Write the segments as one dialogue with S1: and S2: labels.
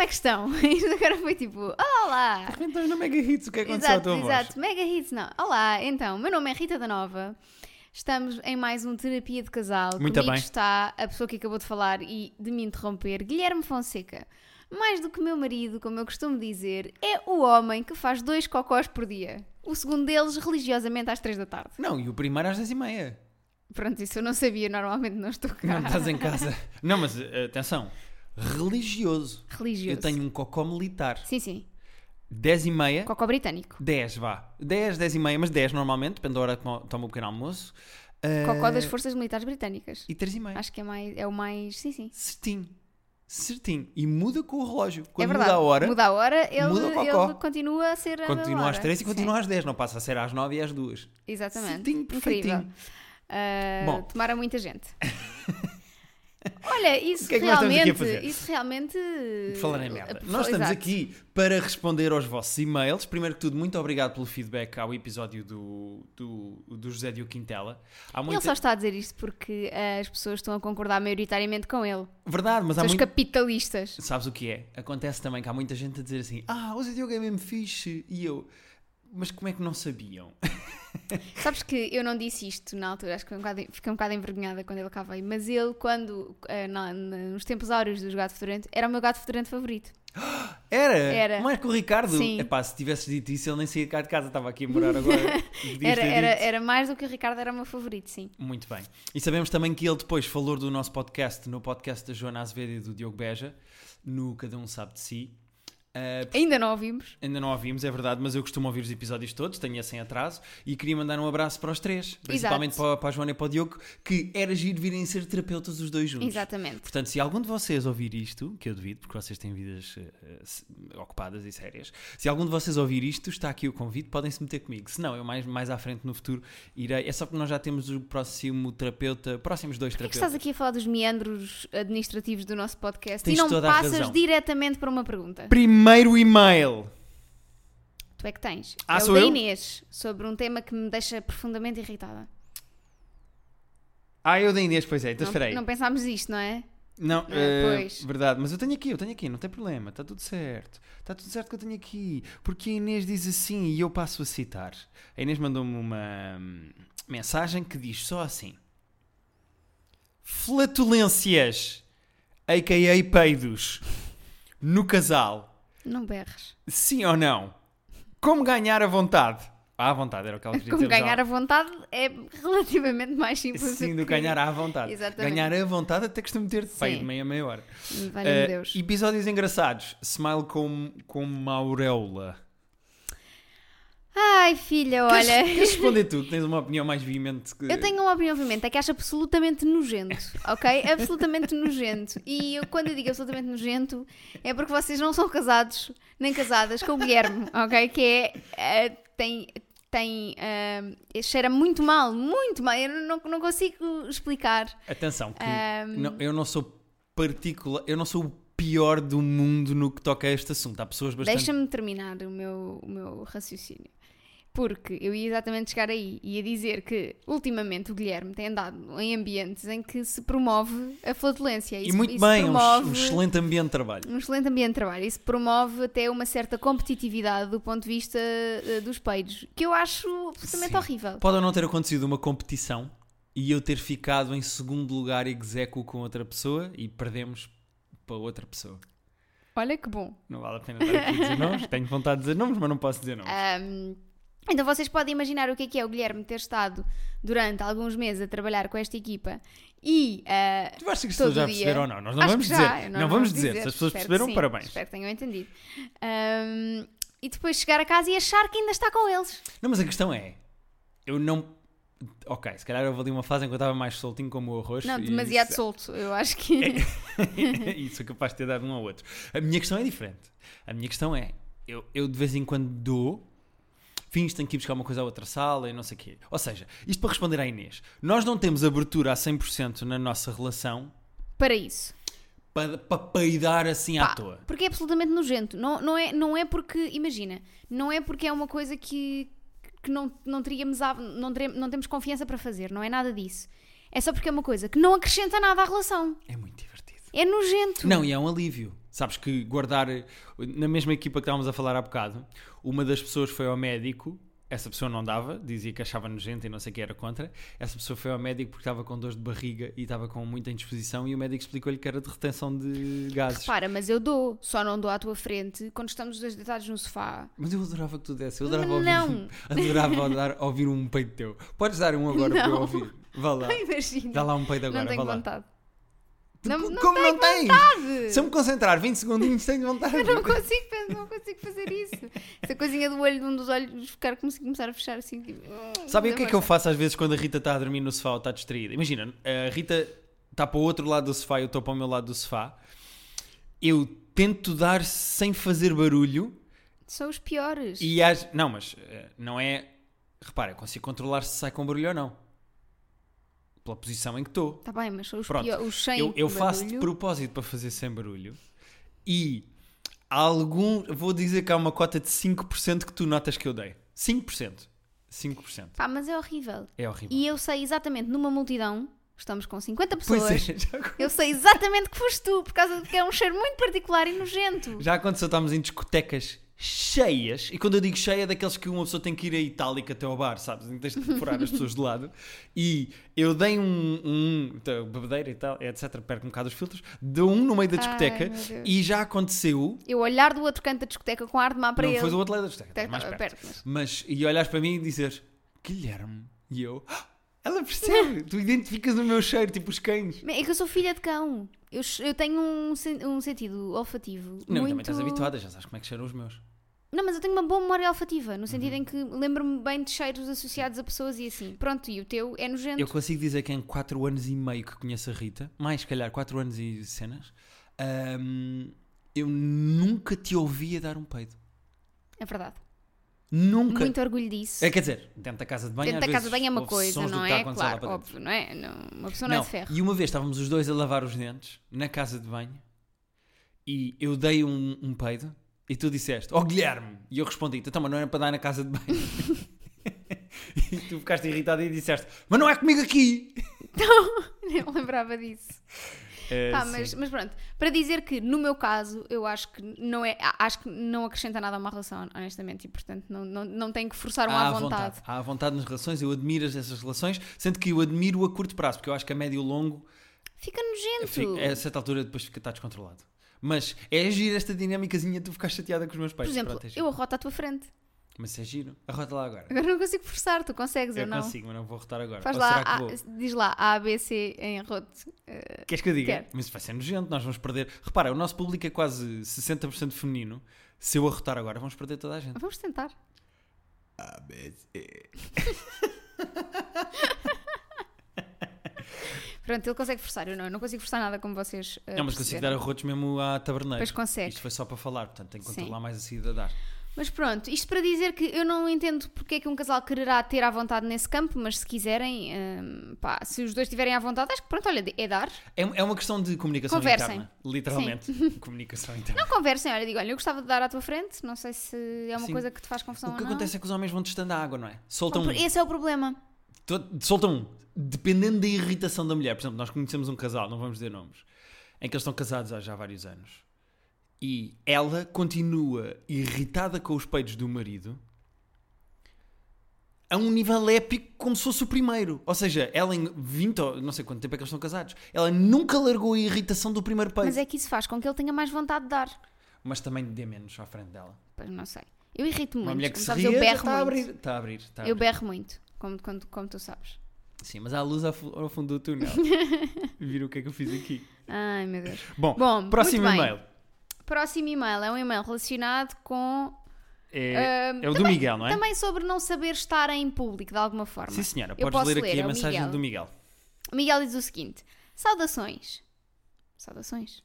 S1: é estão? Isto agora foi tipo, "Olá, olá!
S2: Então, na Mega Hits, o que é que aconteceu à
S1: Exato,
S2: tua voz?
S1: exato. Mega hits, não. Olá, então, meu nome é Rita da Nova. Estamos em mais um Terapia de Casal.
S2: Muito
S1: Comigo
S2: bem.
S1: está a pessoa que acabou de falar e de me interromper, Guilherme Fonseca. Mais do que meu marido, como eu costumo dizer, é o homem que faz dois cocós por dia. O segundo deles, religiosamente, às três da tarde.
S2: Não, e o primeiro às 10 e meia.
S1: Pronto, isso eu não sabia, normalmente não estou cá.
S2: Não tá- estás em casa. Não, mas eh, atenção. Religioso.
S1: Religioso.
S2: Eu tenho um cocó militar.
S1: Sim, sim.
S2: 10 e meia.
S1: Cocó britânico.
S2: 10, vá. 10, 10 e meia, mas 10 normalmente, depende da hora que tomo- tomo o pequeno almoço. Eh,
S1: Cocó das Forças Militares Britânicas.
S2: E 3 e meia.
S1: Acho que é, mais, é o mais. Sim, sim.
S2: Certinho. Certinho. E muda com o relógio. Quando
S1: é verdade.
S2: muda a hora,
S1: Muda a hora, ele,
S2: muda o cocó.
S1: ele continua a ser. a mesma
S2: continua
S1: hora.
S2: às 3 e continua
S1: Sim,
S2: às 10. Não passa a ser às 9 e às 2.
S1: Exatamente.
S2: Certinho, perfeitinho.
S1: Incrível. Ah,
S2: Bom.
S1: Tomara muita gente. Olha, isso
S2: O que é que nós estamos
S1: realmente.
S2: aqui a fazer?
S1: Isso realmente.
S2: Por Falar em merda.
S1: eh, Por-
S2: Nós estamos
S1: exato.
S2: aqui para responder aos vossos e-mails. Primeiro que tudo, muito obrigado pelo feedback ao episódio do, do, do José Diogo Quintela. Há
S1: Ele
S2: muita...
S1: só está a dizer isto porque ah, as pessoas estão a concordar maioritariamente com ele.
S2: Verdade, mas há
S1: São os
S2: muito...
S1: capitalistas.
S2: Sabes o que é? Acontece também que há muita gente a dizer assim: Ah, o Zé Diogo é mesmo fixe. E eu, mas como é que não sabiam?
S1: Sabes que eu não disse isto na altura, acho que fiquei um bocado, fiquei um bocado envergonhada quando ele cá veio, mas ele, quando, eh, na- na- nos tempos áureos dos Gato Fedorento, era o meu gato fedorento favorito.
S2: Era,
S1: Era.
S2: mais que o Ricardo.
S1: Sim.
S2: Epá, se tivesses dito isso, ele nem saía cá de casa, estava aqui a morar agora. Podias ter
S1: Era, era,
S2: dito.
S1: era mais do que o Ricardo, era o meu favorito, sim.
S2: Muito bem. E sabemos também que ele depois falou do nosso podcast, no podcast da Joana Azevedo e do Diogo Beja, no Cada Um Sabe de Si. Ah,
S1: Ainda não ouvimos.
S2: ainda não ouvimos, é verdade, mas eu costumo ouvir os episódios todos, tenho esse em atraso, e queria mandar um abraço para os três, principalmente para, para a Joana e para o Diogo, que era giro virem ser terapeutas os dois juntos.
S1: Exatamente.
S2: Portanto, se algum de vocês ouvir isto, que eu duvido, porque vocês têm vidas eh, eh, se- ocupadas e sérias, se algum de vocês ouvir isto, está aqui o convite, podem se meter comigo. Se não, eu mais, mais à frente no futuro irei. É só porque nós já temos o próximo terapeuta, próximos dois
S1: Por que
S2: terapeutas.
S1: estás aqui a falar dos meandros administrativos do nosso podcast
S2: Tens
S1: e não
S2: toda a
S1: passas
S2: razão.
S1: diretamente para uma pergunta?
S2: Primeiro e-mail.
S1: Tu é que tens.
S2: Ah,
S1: é
S2: sou
S1: o da
S2: eu?
S1: Inês, sobre um tema que me deixa profundamente irritada.
S2: Ah, eu da Inês, pois é, então
S1: não,
S2: espera aí.
S1: não
S2: Não,
S1: pensámos isto, não é? Ah,
S2: eh,
S1: pois.
S2: verdade, mas eu tenho aqui, eu tenho aqui, não tem problema, está tudo certo. Está tudo certo que eu tenho aqui. Porque a Inês diz assim e eu passo a citar. A Inês mandou-me uma hum, mensagem que diz só assim: Flatulências, a.k.a. peidos, no casal,
S1: Não berres.
S2: sim ou não? Como ganhar a vontade? À vontade, era o que ela queria
S1: Como
S2: dizer. já.
S1: ganhar a vontade é relativamente mais simples
S2: Sim,
S1: do
S2: do
S1: que-
S2: ganhar à vontade.
S1: Exatamente.
S2: Ganhar à vontade até costumo ter de pai
S1: Sim.
S2: de meia meia hora.
S1: Valha-me
S2: Eh,
S1: Deus.
S2: Episódios engraçados. Smile com, com uma auréola.
S1: Ai, filha,
S2: Queres-
S1: olha.
S2: Queres responder tu, que tens uma opinião mais veemente que...
S1: Eu tenho uma opinião, obviamente, é que acho absolutamente nojento, ok? É Absolutamente nojento. E eu, quando eu digo absolutamente nojento, é porque vocês não são casados, nem casadas, com o Guilherme, ok? Que é. eh, tem. tem eh, cheira muito mal, muito mal. Eu não, não consigo explicar.
S2: Atenção, que
S1: Ahm.
S2: não- eu não sou particular... Eu não sou o pior do mundo no que toca a este assunto. Há pessoas bastante...
S1: Deixa-me terminar o meu, o meu raciocínio. Porque eu ia exatamente chegar aí, ia dizer que ultimamente o Guilherme tem andado em ambientes em que se promove a flatulência.
S2: E
S1: Isso-
S2: muito
S1: isso
S2: bem, é um,
S1: promove...
S2: um excelente ambiente de trabalho.
S1: um excelente ambiente de trabalho. Isso promove até uma certa competitividade do ponto de vista eh, dos peidos, que eu acho absolutamente
S2: Sim.
S1: horrível.
S2: Pode ou não ter acontecido uma competição e eu ter ficado em segundo lugar execo com outra pessoa e perdemos para outra pessoa.
S1: Olha que bom.
S2: Não vale a pena estar aqui a dizer nomes. Tenho vontade de dizer nomes, mas não posso dizer nomes.
S1: Ahm, então vocês podem imaginar o que é que é o Guilherme ter estado durante alguns meses a trabalhar com esta equipa e ah,
S2: Tu achas que as
S1: todo
S2: pessoas já
S1: dia.
S2: perceberam ou não? Nós não
S1: Acho
S2: vamos
S1: que
S2: dizer.
S1: já,
S2: não, vamos dizer. Se as
S1: Espero
S2: pessoas
S1: que
S2: perceberam,
S1: sim.
S2: parabéns.
S1: Espero que tenham entendido. Ahm, e depois chegar a casa e achar que ainda está com eles.
S2: Não, mas a questão é. Eu não. Ok, se calhar houve ali uma fase em que eu estava mais soltinho como o arroz.
S1: Não,
S2: e
S1: demasiado
S2: isso- É
S1: solto, eu acho que.
S2: Isso é capaz de ter dado um ao outro. A minha questão é diferente. A minha questão é. Eu, eu de vez em quando dou. Fins, tenho que ir buscar uma coisa à outra sala e não sei o quê. Ou seja, isto para responder à Inês. Nós não temos abertura a 100% na nossa relação
S1: Para isso.
S2: para, para peidar assim à
S1: Pá,
S2: toa.
S1: Porque é absolutamente nojento. Não, não, é, não é porque, imagina, não é porque é uma coisa que, que não, não teríamos, a- não, terem- não temos confiança para fazer, não é nada disso. É só porque é uma coisa que não acrescenta nada à relação.
S2: É muito divertido.
S1: É nojento.
S2: Não, e é um alívio. Sabes que guardar. Na mesma equipa que estávamos a falar há bocado, uma das pessoas foi ao médico. Essa pessoa não dava, dizia que achava nojento e não sei o que era contra. Essa pessoa foi ao médico porque estava com dores de barriga e estava com muita indisposição e o médico explicou-lhe que era de retenção de gases.
S1: Repara, mas eu dou, só não dou à tua frente quando estamos os dois deitados no sofá.
S2: Mas eu adorava que tu desse, eu adorava,
S1: Não.
S2: ouvir, adorava dar- ouvir um peito teu. Podes dar um agora para eu
S1: Não.
S2: ouvir. Vá lá,
S1: Imagina.
S2: dá lá um peito agora,
S1: não tenho
S2: vá lá.
S1: vontade.
S2: Tu-
S1: Não- não tenho
S2: como não é um tens?
S1: Sabe?
S2: Se eu me concentrar 20 segundinhos, tenho vontade.
S1: Eu não consigo, fazer- não consigo fazer isso. Essa coisinha do olho de um dos olhos ficar como se começar a fechar assim. Tipo,
S2: Sabem o que é que eu
S1: faço?
S2: faço às vezes quando a Rita está a dormir no sofá ou está distraída? Imagina, a Rita está para o outro lado do sofá e eu estou para o meu lado do sofá. Eu tento dar sem fazer barulho
S1: São os piores.
S2: e às... Não, mas eh, não é... Repara, eu consigo controlar se sai com barulho ou não. Pela posição em que estou.
S1: Está Tá bem, mas são os
S2: Pronto.
S1: piores. Os sem
S2: eu, eu faço de
S1: barulho.
S2: propósito para fazer sem barulho e há algum. Vou dizer que há uma cota de 5% que tu notas que eu dei. 5%. 5%.
S1: Pá, mas é horrível.
S2: É horrível.
S1: E eu sei exatamente, numa multidão, estamos com 50 pessoas,
S2: Pois é, já, acon-
S1: eu sei exatamente que foste tu, por causa de que é um cheiro muito particular e nojento.
S2: já aconteceu, estávamos em discotecas cheias, e quando eu digo cheia é daqueles que uma pessoa tem que ir a Itálica até ao bar, sabes? Tens de furar as pessoas de lado. E eu dei um, um então, bebedeira e tal, etc, perco um bocado os filtros, dou um no meio da
S1: Ai,
S2: discoteca
S1: meu Deus.
S2: e já aconteceu
S1: Eu olhar do outro canto da discoteca com ar de má para
S2: não
S1: ele.
S2: foi do outro lado da discoteca,
S1: Tá,
S2: estava mais
S1: tava
S2: perto.
S1: perto, mas-
S2: Mas, e olhares para mim e dizes, Guilherme, e eu, "Ah, ela percebe, tu identificas o meu cheiro, tipo os cães.
S1: É que eu sou filha de cão. Eu, ch- eu tenho um, sen- um sentido olfativo
S2: Não, e
S1: muito...
S2: também estás habituada, já sabes como é que cheiram os meus.
S1: Não, mas eu tenho uma boa memória olfativa, no
S2: Uhum.
S1: sentido em que lembro-me bem de cheiros associados a pessoas e assim. Pronto, e o teu é nojento.
S2: Eu consigo dizer que em 4 anos e meio que conheço a Rita, mais se calhar 4 anos e cenas, hum, eu nunca te ouvia dar um peido.
S1: É verdade.
S2: Nunca.
S1: Muito orgulho disso.
S2: É, quer dizer, dentro da casa de banho
S1: Dentro da
S2: às vezes,
S1: casa de banho é uma
S2: ouve
S1: coisa,
S2: sons do
S1: não
S2: que está a
S1: é?
S2: acontecer lá
S1: Claro,
S2: para dentro.
S1: óbvio, não é? Não- uma pessoa não, é de ferro.
S2: E uma vez estávamos os dois a lavar os dentes na casa de banho e eu dei um, um peido e tu disseste, oh Guilherme! E eu respondi, então, mas não era para dar na casa de banho. e tu ficaste irritado e disseste, mas não é comigo aqui!
S1: Nem lembrava disso.
S2: É,
S1: Tá,
S2: sim.
S1: mas, mas pronto, para dizer que no meu caso, eu acho que não, é, a- acho que não acrescenta nada a uma relação, honestamente, e portanto não, não, não tenho que forçar um
S2: Há
S1: à vontade.
S2: Há Ah, à vontade nas relações, eu admiro essas relações, sendo que eu admiro a curto prazo, porque eu acho que a médio e longo,
S1: Fica nojento.
S2: fico- a certa altura, depois fica, está descontrolado. Mas é agir esta dinâmicazinha de tu ficar chateada com os meus
S1: Por
S2: pais. é
S1: exemplo, eu arroto à tua frente.
S2: Mas é giro. Arrota lá agora.
S1: Agora não consigo forçar, tu consegues ou
S2: Eu
S1: não?
S2: consigo, mas não vou rotar agora.
S1: Faz
S2: Ou
S1: lá, ah,
S2: será que
S1: A-
S2: vou?
S1: diz lá A, B, C em arroto. Eh,
S2: Queres que eu diga?
S1: Quero.
S2: Mas vai ser nojento, nós vamos perder. Repara, o nosso público é quase 60% feminino. Se eu arrotar agora, vamos perder toda a gente.
S1: vamos tentar. Pronto, ele consegue forçar, eu não, eu não consigo forçar nada como vocês. eh,
S2: não, mas consigo dar
S1: perceberam.
S2: arrotos mesmo à taberneira.
S1: Pois consegue.
S2: Isto foi só para falar, portanto tenho que
S1: Sim.
S2: controlar mais a saída de ar.
S1: Mas pronto, isto para dizer que eu não entendo porque é que um casal quererá ter à vontade nesse campo, mas se quiserem, hum, pá, se os dois tiverem à vontade, acho que pronto, olha, é dar.
S2: É, é uma questão de comunicação
S1: Conversem.
S2: interna. Literalmente. comunicação interna.
S1: Não conversem, olha, digo, olha, eu gostava de dar à tua frente, não sei se é uma
S2: Sim.
S1: coisa que te faz confusão
S2: o que
S1: ou não.
S2: acontece é que os homens vão testando a água, não é? Soltam um.
S1: Não, Esse é o problema.
S2: To- Soltam um. Dependendo da irritação da mulher. Por exemplo, nós conhecemos um casal, não vamos dizer nomes, em que eles estão casados há já vários anos. E ela continua irritada com os peitos do marido a um nível épico como se fosse o primeiro. Ou seja, ela em 20, ou não sei quanto tempo é que eles estão casados, ela nunca largou a irritação do primeiro peito.
S1: Mas
S2: Mas,
S1: é que isso faz com que ele tenha mais vontade de dar.
S2: também dê menos à frente dela.
S1: Pois não sei. Eu irrito muito.
S2: Uma mulher que
S1: como
S2: se
S1: sabes,
S2: ria
S1: eu
S2: já
S1: berro
S2: está a
S1: muito.
S2: abrir. Está a abrir. Está a
S1: Eu
S2: abrir.
S1: berro muito, como, quando- como tu sabes.
S2: Sim, mas há luz ao fu- ao fundo do túnel. Viram o que é que eu fiz aqui.
S1: Ai meu Deus.
S2: Bom,
S1: Bom,
S2: próximo
S1: muito bem.
S2: e-mail.
S1: Próximo e-mail é um e-mail relacionado com.
S2: É,
S1: hum,
S2: é o do Miguel, não é?
S1: Também sobre não saber estar em público de alguma forma.
S2: Sim, senhora.
S1: Eu
S2: Podes
S1: posso
S2: ler aqui
S1: ler, é
S2: a
S1: o
S2: mensagem
S1: Miguel.
S2: do Miguel.
S1: O Miguel diz o seguinte: Saudações. Saudações.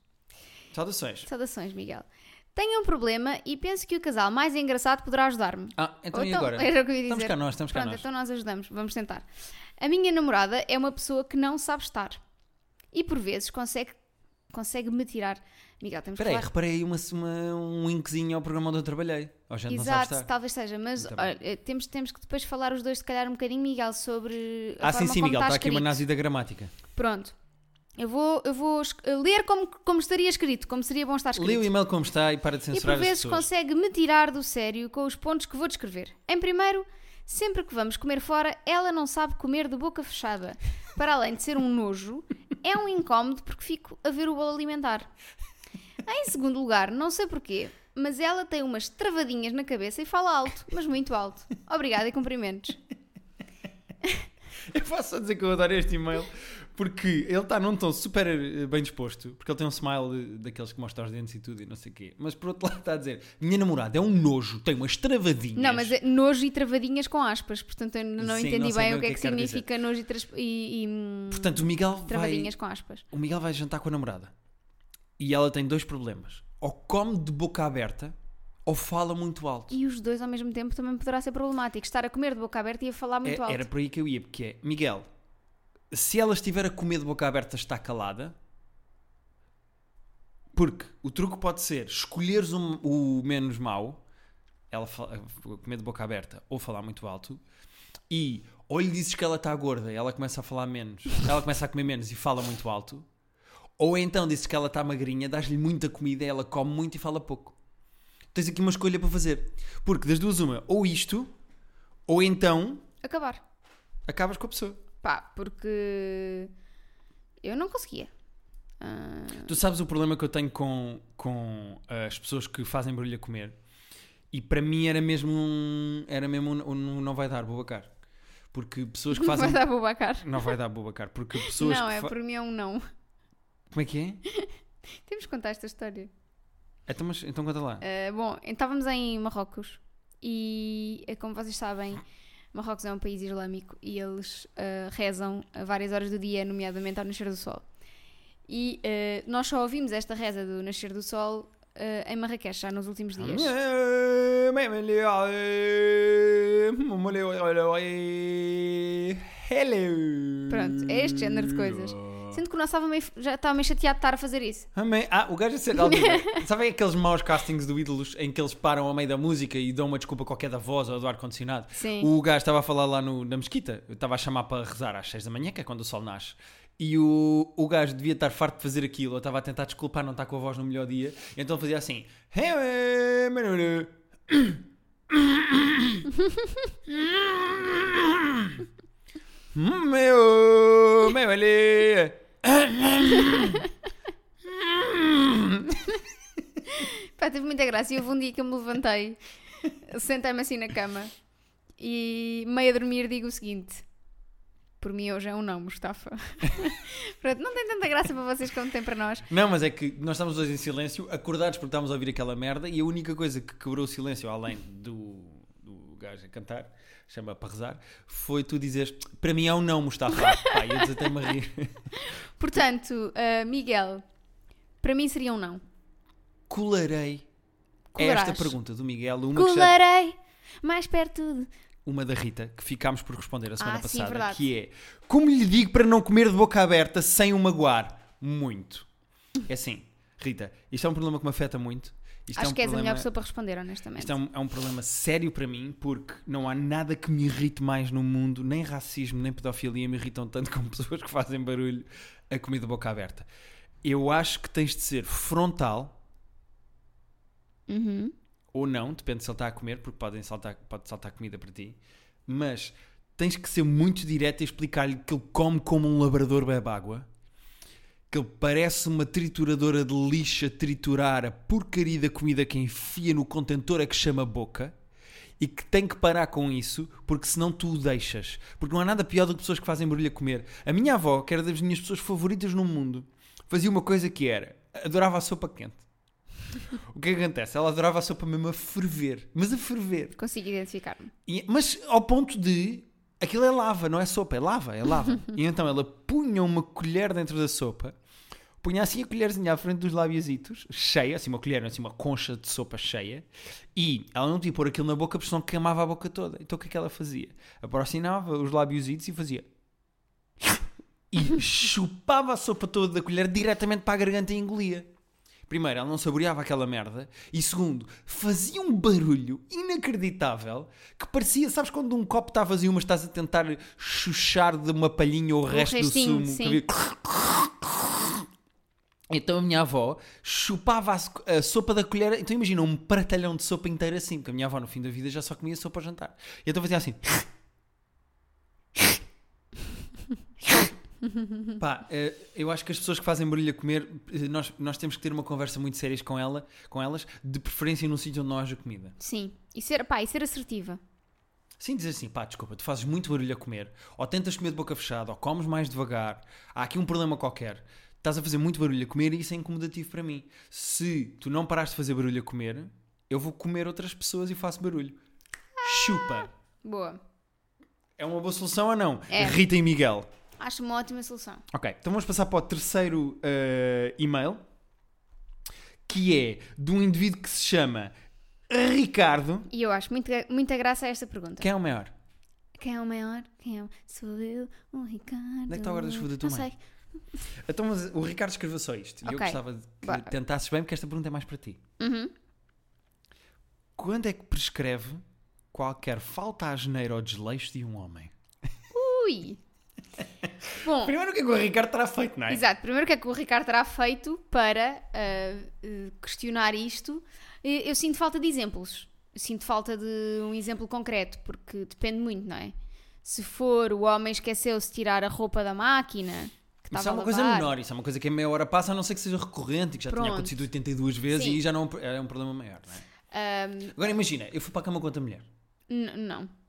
S2: Saudações.
S1: Saudações, Miguel. Tenho um problema e penso que o casal mais engraçado poderá ajudar-me.
S2: Ah, então
S1: Ou
S2: e agora?
S1: Era o que eu ia
S2: Estamos
S1: dizer.
S2: cá nós, estamos cá
S1: Pronto,
S2: nós.
S1: então nós ajudamos. Vamos tentar. A minha namorada é uma pessoa que não sabe estar. E por vezes consegue consegue me tirar. Miguel, temos
S2: Espera aí,
S1: que falar.
S2: reparei aí uma, uma- um linkzinho ao programa onde eu trabalhei. Ó, gente, não
S1: Exato,
S2: sabe estar.
S1: talvez seja, mas
S2: Muito bem.
S1: olha, eh, temos, temos que depois falar os dois, se calhar, um bocadinho, Miguel, sobre. A
S2: Ah, sim,
S1: forma
S2: sim,
S1: como
S2: Miguel.
S1: está
S2: Está aqui uma
S1: escrito.
S2: nazi da gramática.
S1: Pronto. Eu vou, eu vou es- ler como, como estaria escrito, como seria bom estar escrito.
S2: Lê o e-mail como está e para de
S1: e por
S2: censurar as
S1: vezes
S2: pessoas.
S1: consegue me tirar do sério com os pontos que vou descrever. Em primeiro, sempre que vamos comer fora, ela não sabe comer de boca fechada. Para além de ser um nojo, é um incómodo porque fico a ver o bolo alimentar. Em segundo lugar, não sei porquê, mas ela tem umas travadinhas na cabeça e fala alto, mas muito alto. Obrigada e cumprimentos.
S2: Eu posso só dizer que eu adoro este e-mail porque ele está num tom super eh, bem disposto, porque ele tem um smile eh, daqueles que mostra os dentes e tudo e não sei o quê. Mas por outro lado está a dizer: Minha namorada é um nojo, tem umas travadinhas.
S1: Não, mas é nojo e travadinhas com aspas, portanto eu não
S2: Sim,
S1: entendi
S2: não sei
S1: bem
S2: bem
S1: o que é que
S2: quero dizer.
S1: significa nojo e, tras- e- e, hum,
S2: Portanto, o Miguel vai,
S1: travadinhas com aspas.
S2: o Miguel vai jantar com a namorada e ela tem dois problemas: ou come de boca aberta ou fala muito alto.
S1: E os dois ao mesmo tempo também poderá ser problemático. Estar a comer de boca aberta e a falar muito
S2: É-
S1: alto.
S2: era por aí que eu ia, porque é, Miguel, se ela estiver a comer de boca aberta, está calada. Porque o truque pode ser escolheres um- o menos mau, ela fala- comer de boca aberta ou falar muito alto, e ou lhe dizes que ela está gorda e ela começa a falar menos, ela começa a comer menos e fala muito alto, ou então dizes que ela está magrinha, dás-lhe muita comida, ela come muito e fala pouco. Tens aqui uma escolha para fazer. Porque das duas, uma, ou isto, ou então
S1: Acabar.
S2: acabas com a pessoa.
S1: Pá, porque eu não conseguia. Ah,
S2: Tu sabes o problema que eu tenho com, com as pessoas que fazem barulho a comer? E para mim era mesmo um, era mesmo um, um não vai dar Bubacar. Porque pessoas que
S1: não
S2: fazem
S1: vai dar bobacar.
S2: não vai dar Bubacar, porque um pessoas
S1: não,
S2: que
S1: é
S2: fa-
S1: por mim é um não.
S2: Como é que é?
S1: Temos que contar esta história.
S2: Então, mas, então conta lá.
S1: Ah, bom, então estávamos em Marrocos e, eh, como vocês sabem, Marrocos é um país islâmico e eles ah, rezam a várias horas do dia, nomeadamente ao nascer do sol. E ah, nós só ouvimos esta reza do nascer do sol ah, em Marrakech, já nos últimos
S2: Ah,
S1: dias.
S2: é?
S1: Pronto, é este género de coisas. Sendo que o nosso estava meio- já estava meio chateado de estar a fazer isso.
S2: Amém. Ah, o gajo a ser Alvira. Sabem aqueles maus castings do Ídolos em que eles param ao meio da música e dão uma desculpa qualquer da voz ou do ar-condicionado?
S1: Sim.
S2: O gajo estava a falar lá no- na mesquita, eu estava a chamar para rezar às 6 da manhã, que é quando o sol nasce. E o, o gajo devia estar farto de fazer aquilo, eu estava a tentar desculpar, não estar com a voz no melhor dia, então ele fazia assim. Meu, meu ali.
S1: Pá, teve muita graça. E houve um dia que eu me levantei, sentei-me assim na cama e, meio a dormir, digo o seguinte: Por mim hoje é um não, Mustafa. Pronto, não tem tanta graça para vocês como tem para nós.
S2: Não, mas é que nós estávamos dois em silêncio, acordados porque estávamos a ouvir aquela merda, e a única coisa que quebrou o silêncio, além do, do gajo a cantar, chama para rezar, foi tu dizeres: Para mim é um não, Mustafa. Pá, eu desatei-me a rir.
S1: Portanto, ah, Miguel, para mim seria um não.
S2: Colarei. É
S1: Colarás.
S2: esta pergunta do Miguel, uma, que já-
S1: Colarei mais perto de.
S2: uma da Rita, que ficámos por responder a semana
S1: Ah, sim,
S2: passada,
S1: verdade.
S2: que é: Como lhe digo para não comer de boca aberta sem o magoar? Muito. É assim, Rita, isto é um problema que me afeta muito. Isto é
S1: Acho
S2: um
S1: que és a melhor
S2: problema-
S1: pessoa para responder, honestamente.
S2: Isto é um, é um problema sério para mim porque não há nada que me irrite mais no mundo, nem racismo, nem pedofilia me irritam tanto como pessoas que fazem barulho a comida boca aberta. Eu acho que tens de ser frontal
S1: Uhum.
S2: ou não, depende se ele está a comer, porque podem saltar, pode saltar comida para ti, mas tens que ser muito direto e explicar-lhe que ele come como um labrador bebe água, que ele parece uma trituradora de lixo a triturar a porcaria da comida que enfia no contentor a que chama boca e que tem que parar com isso porque senão tu o deixas. Porque não há nada pior do que pessoas que fazem barulho a comer. A minha avó, que era das minhas pessoas favoritas no mundo, fazia uma coisa que era, adorava a sopa quente. O que é que acontece? Ela adorava a sopa mesmo a ferver, mas a ferver.
S1: Consigo identificar-me.
S2: E- mas ao ponto de. Aquilo é lava, não é sopa, é lava, é lava. e então ela punha uma colher dentro da sopa, punha assim a colherzinha à frente dos labiazitos, cheia, assim uma colher, não, assim uma concha de sopa cheia, e ela não tinha que pôr aquilo na boca, porque senão queimava a boca toda. Então o que é que ela fazia? Aproximava os labiositos e fazia. E chupava a sopa toda da colher diretamente para a garganta e engolia. Primeiro, ela não saboreava aquela merda. E segundo, fazia um barulho inacreditável que parecia, sabes, quando um copo está vazio, mas estás a tentar chuchar de uma palhinha ou o resto do
S1: restinho,
S2: sumo. que
S1: sim.
S2: havia- Então a minha avó chupava a, so- a sopa da colher. Então imagina um pratalhão de sopa inteira assim, porque a minha avó no fim da vida já só comia sopa ao jantar. E então fazia assim. Pá, eh, eu acho que as pessoas que fazem barulho a comer, eh, nós, nós temos que ter uma conversa muito séria com, ela, com elas, de preferência num sítio onde não haja comida.
S1: Sim. E ser, pá, e ser assertiva.
S2: Sim, dizer assim, pá, desculpa, tu fazes muito barulho a comer, ou tentas comer de boca fechada, ou comes mais devagar, há aqui um problema qualquer. Estás a fazer muito barulho a comer e isso é incomodativo para mim. Se tu não parares de fazer barulho a comer, eu vou comer outras pessoas e faço barulho. Chupa!
S1: Boa.
S2: É uma boa solução ou não?
S1: É.
S2: Rita e Miguel.
S1: Acho uma ótima solução.
S2: Ok, então vamos passar para o terceiro eh, e-mail, que é de um indivíduo que se chama Ricardo.
S1: E eu acho muita, muita graça a esta pergunta.
S2: Quem é o maior?
S1: Quem é o maior? Quem é o... Sou eu, o Ricardo. Onde
S2: é que está a guarda da chuva da tua
S1: Não
S2: mãe?
S1: sei.
S2: Então, mas o Ricardo escreveu só isto. E eu
S1: Ok.
S2: gostava de que
S1: Bora.
S2: tentasses bem, porque esta pergunta é mais para ti.
S1: Uhum.
S2: Quando é que prescreve qualquer falta à geneira ou desleixo de um homem?
S1: Ui. Bom,
S2: Primeiro, o que é que o Ricardo terá feito, não é?
S1: exato. Primeiro o que é que o Ricardo terá feito para ah, eh, questionar isto? Eh, Eu sinto falta de exemplos. Eu sinto falta de um exemplo concreto, porque depende muito, não é? Se for o homem esqueceu-se de tirar a roupa da máquina, que estava
S2: Mas isso é
S1: a
S2: uma coisa
S1: lavar.
S2: menor, isso é uma coisa que a meia hora passa, a não ser que seja recorrente, e que já tenha
S1: Pronto.
S2: acontecido 82 vezes
S1: Sim.
S2: e já não é um- é um problema maior, não é?
S1: Ahm,
S2: Agora imagina, eu fui para a cama com outra mulher.
S1: ehm, n- não.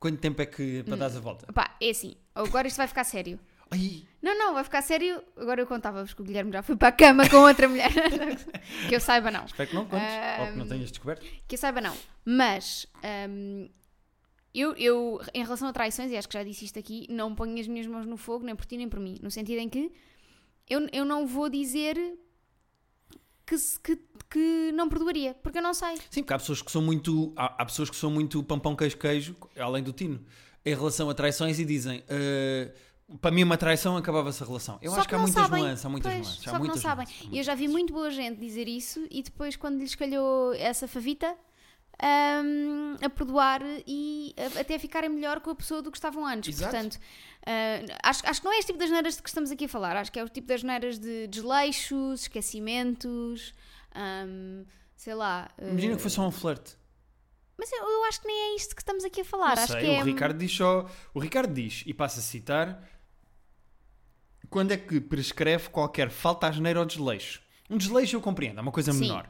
S2: Quanto tempo é que para dares a volta?
S1: Pá, é assim. Agora isto vai ficar sério.
S2: Ai,
S1: Não, não, vai ficar sério. Agora eu contava-vos que o Guilherme já foi para a cama com outra mulher. que eu saiba, não.
S2: espero que não contes,
S1: Ah,
S2: ou que não tenhas descoberto.
S1: Que eu saiba, não. Mas, hum, eu, eu, em relação a traições, e acho que já disse isto aqui, não ponho as minhas mãos no fogo, nem por ti, nem por mim. No sentido em que eu, eu não vou dizer que, se- que, que não perdoaria, porque eu não sei.
S2: Sim, porque há pessoas que são muito. Há, há pessoas que são muito pampão queijo queijo, além do Tino, em relação a traições e dizem. "Ah, para mim, uma traição acabava-se a relação. Eu
S1: Só
S2: acho que, há
S1: não
S2: muitas
S1: sabem.
S2: nuances, há muitas
S1: Pois,
S2: nuances.
S1: Só
S2: há
S1: que não
S2: muitas
S1: sabem.
S2: nuances, há
S1: E eu
S2: muitas
S1: já vi
S2: nuances.
S1: muito boa gente dizer isso e depois, quando lhes calhou essa favita, hum, a perdoar e a- até ficarem melhor com a pessoa do que estavam antes.
S2: Exato.
S1: Portanto, hum, acho, acho que não é este tipo das neiras de que estamos aqui a falar. Acho que é o tipo das neiras de desleixos, esquecimentos, hum, sei lá. hum,
S2: Imagina que foi só um flerte.
S1: Mas eu, eu acho que nem é isto que estamos aqui a falar.
S2: Não
S1: acho
S2: sei,
S1: que é.
S2: o Ricardo diz só. O Ricardo diz, e passa a citar: quando é que prescreve qualquer falta à asneira ou desleixo? Um desleixo eu compreendo, é uma coisa
S1: Sim.
S2: menor.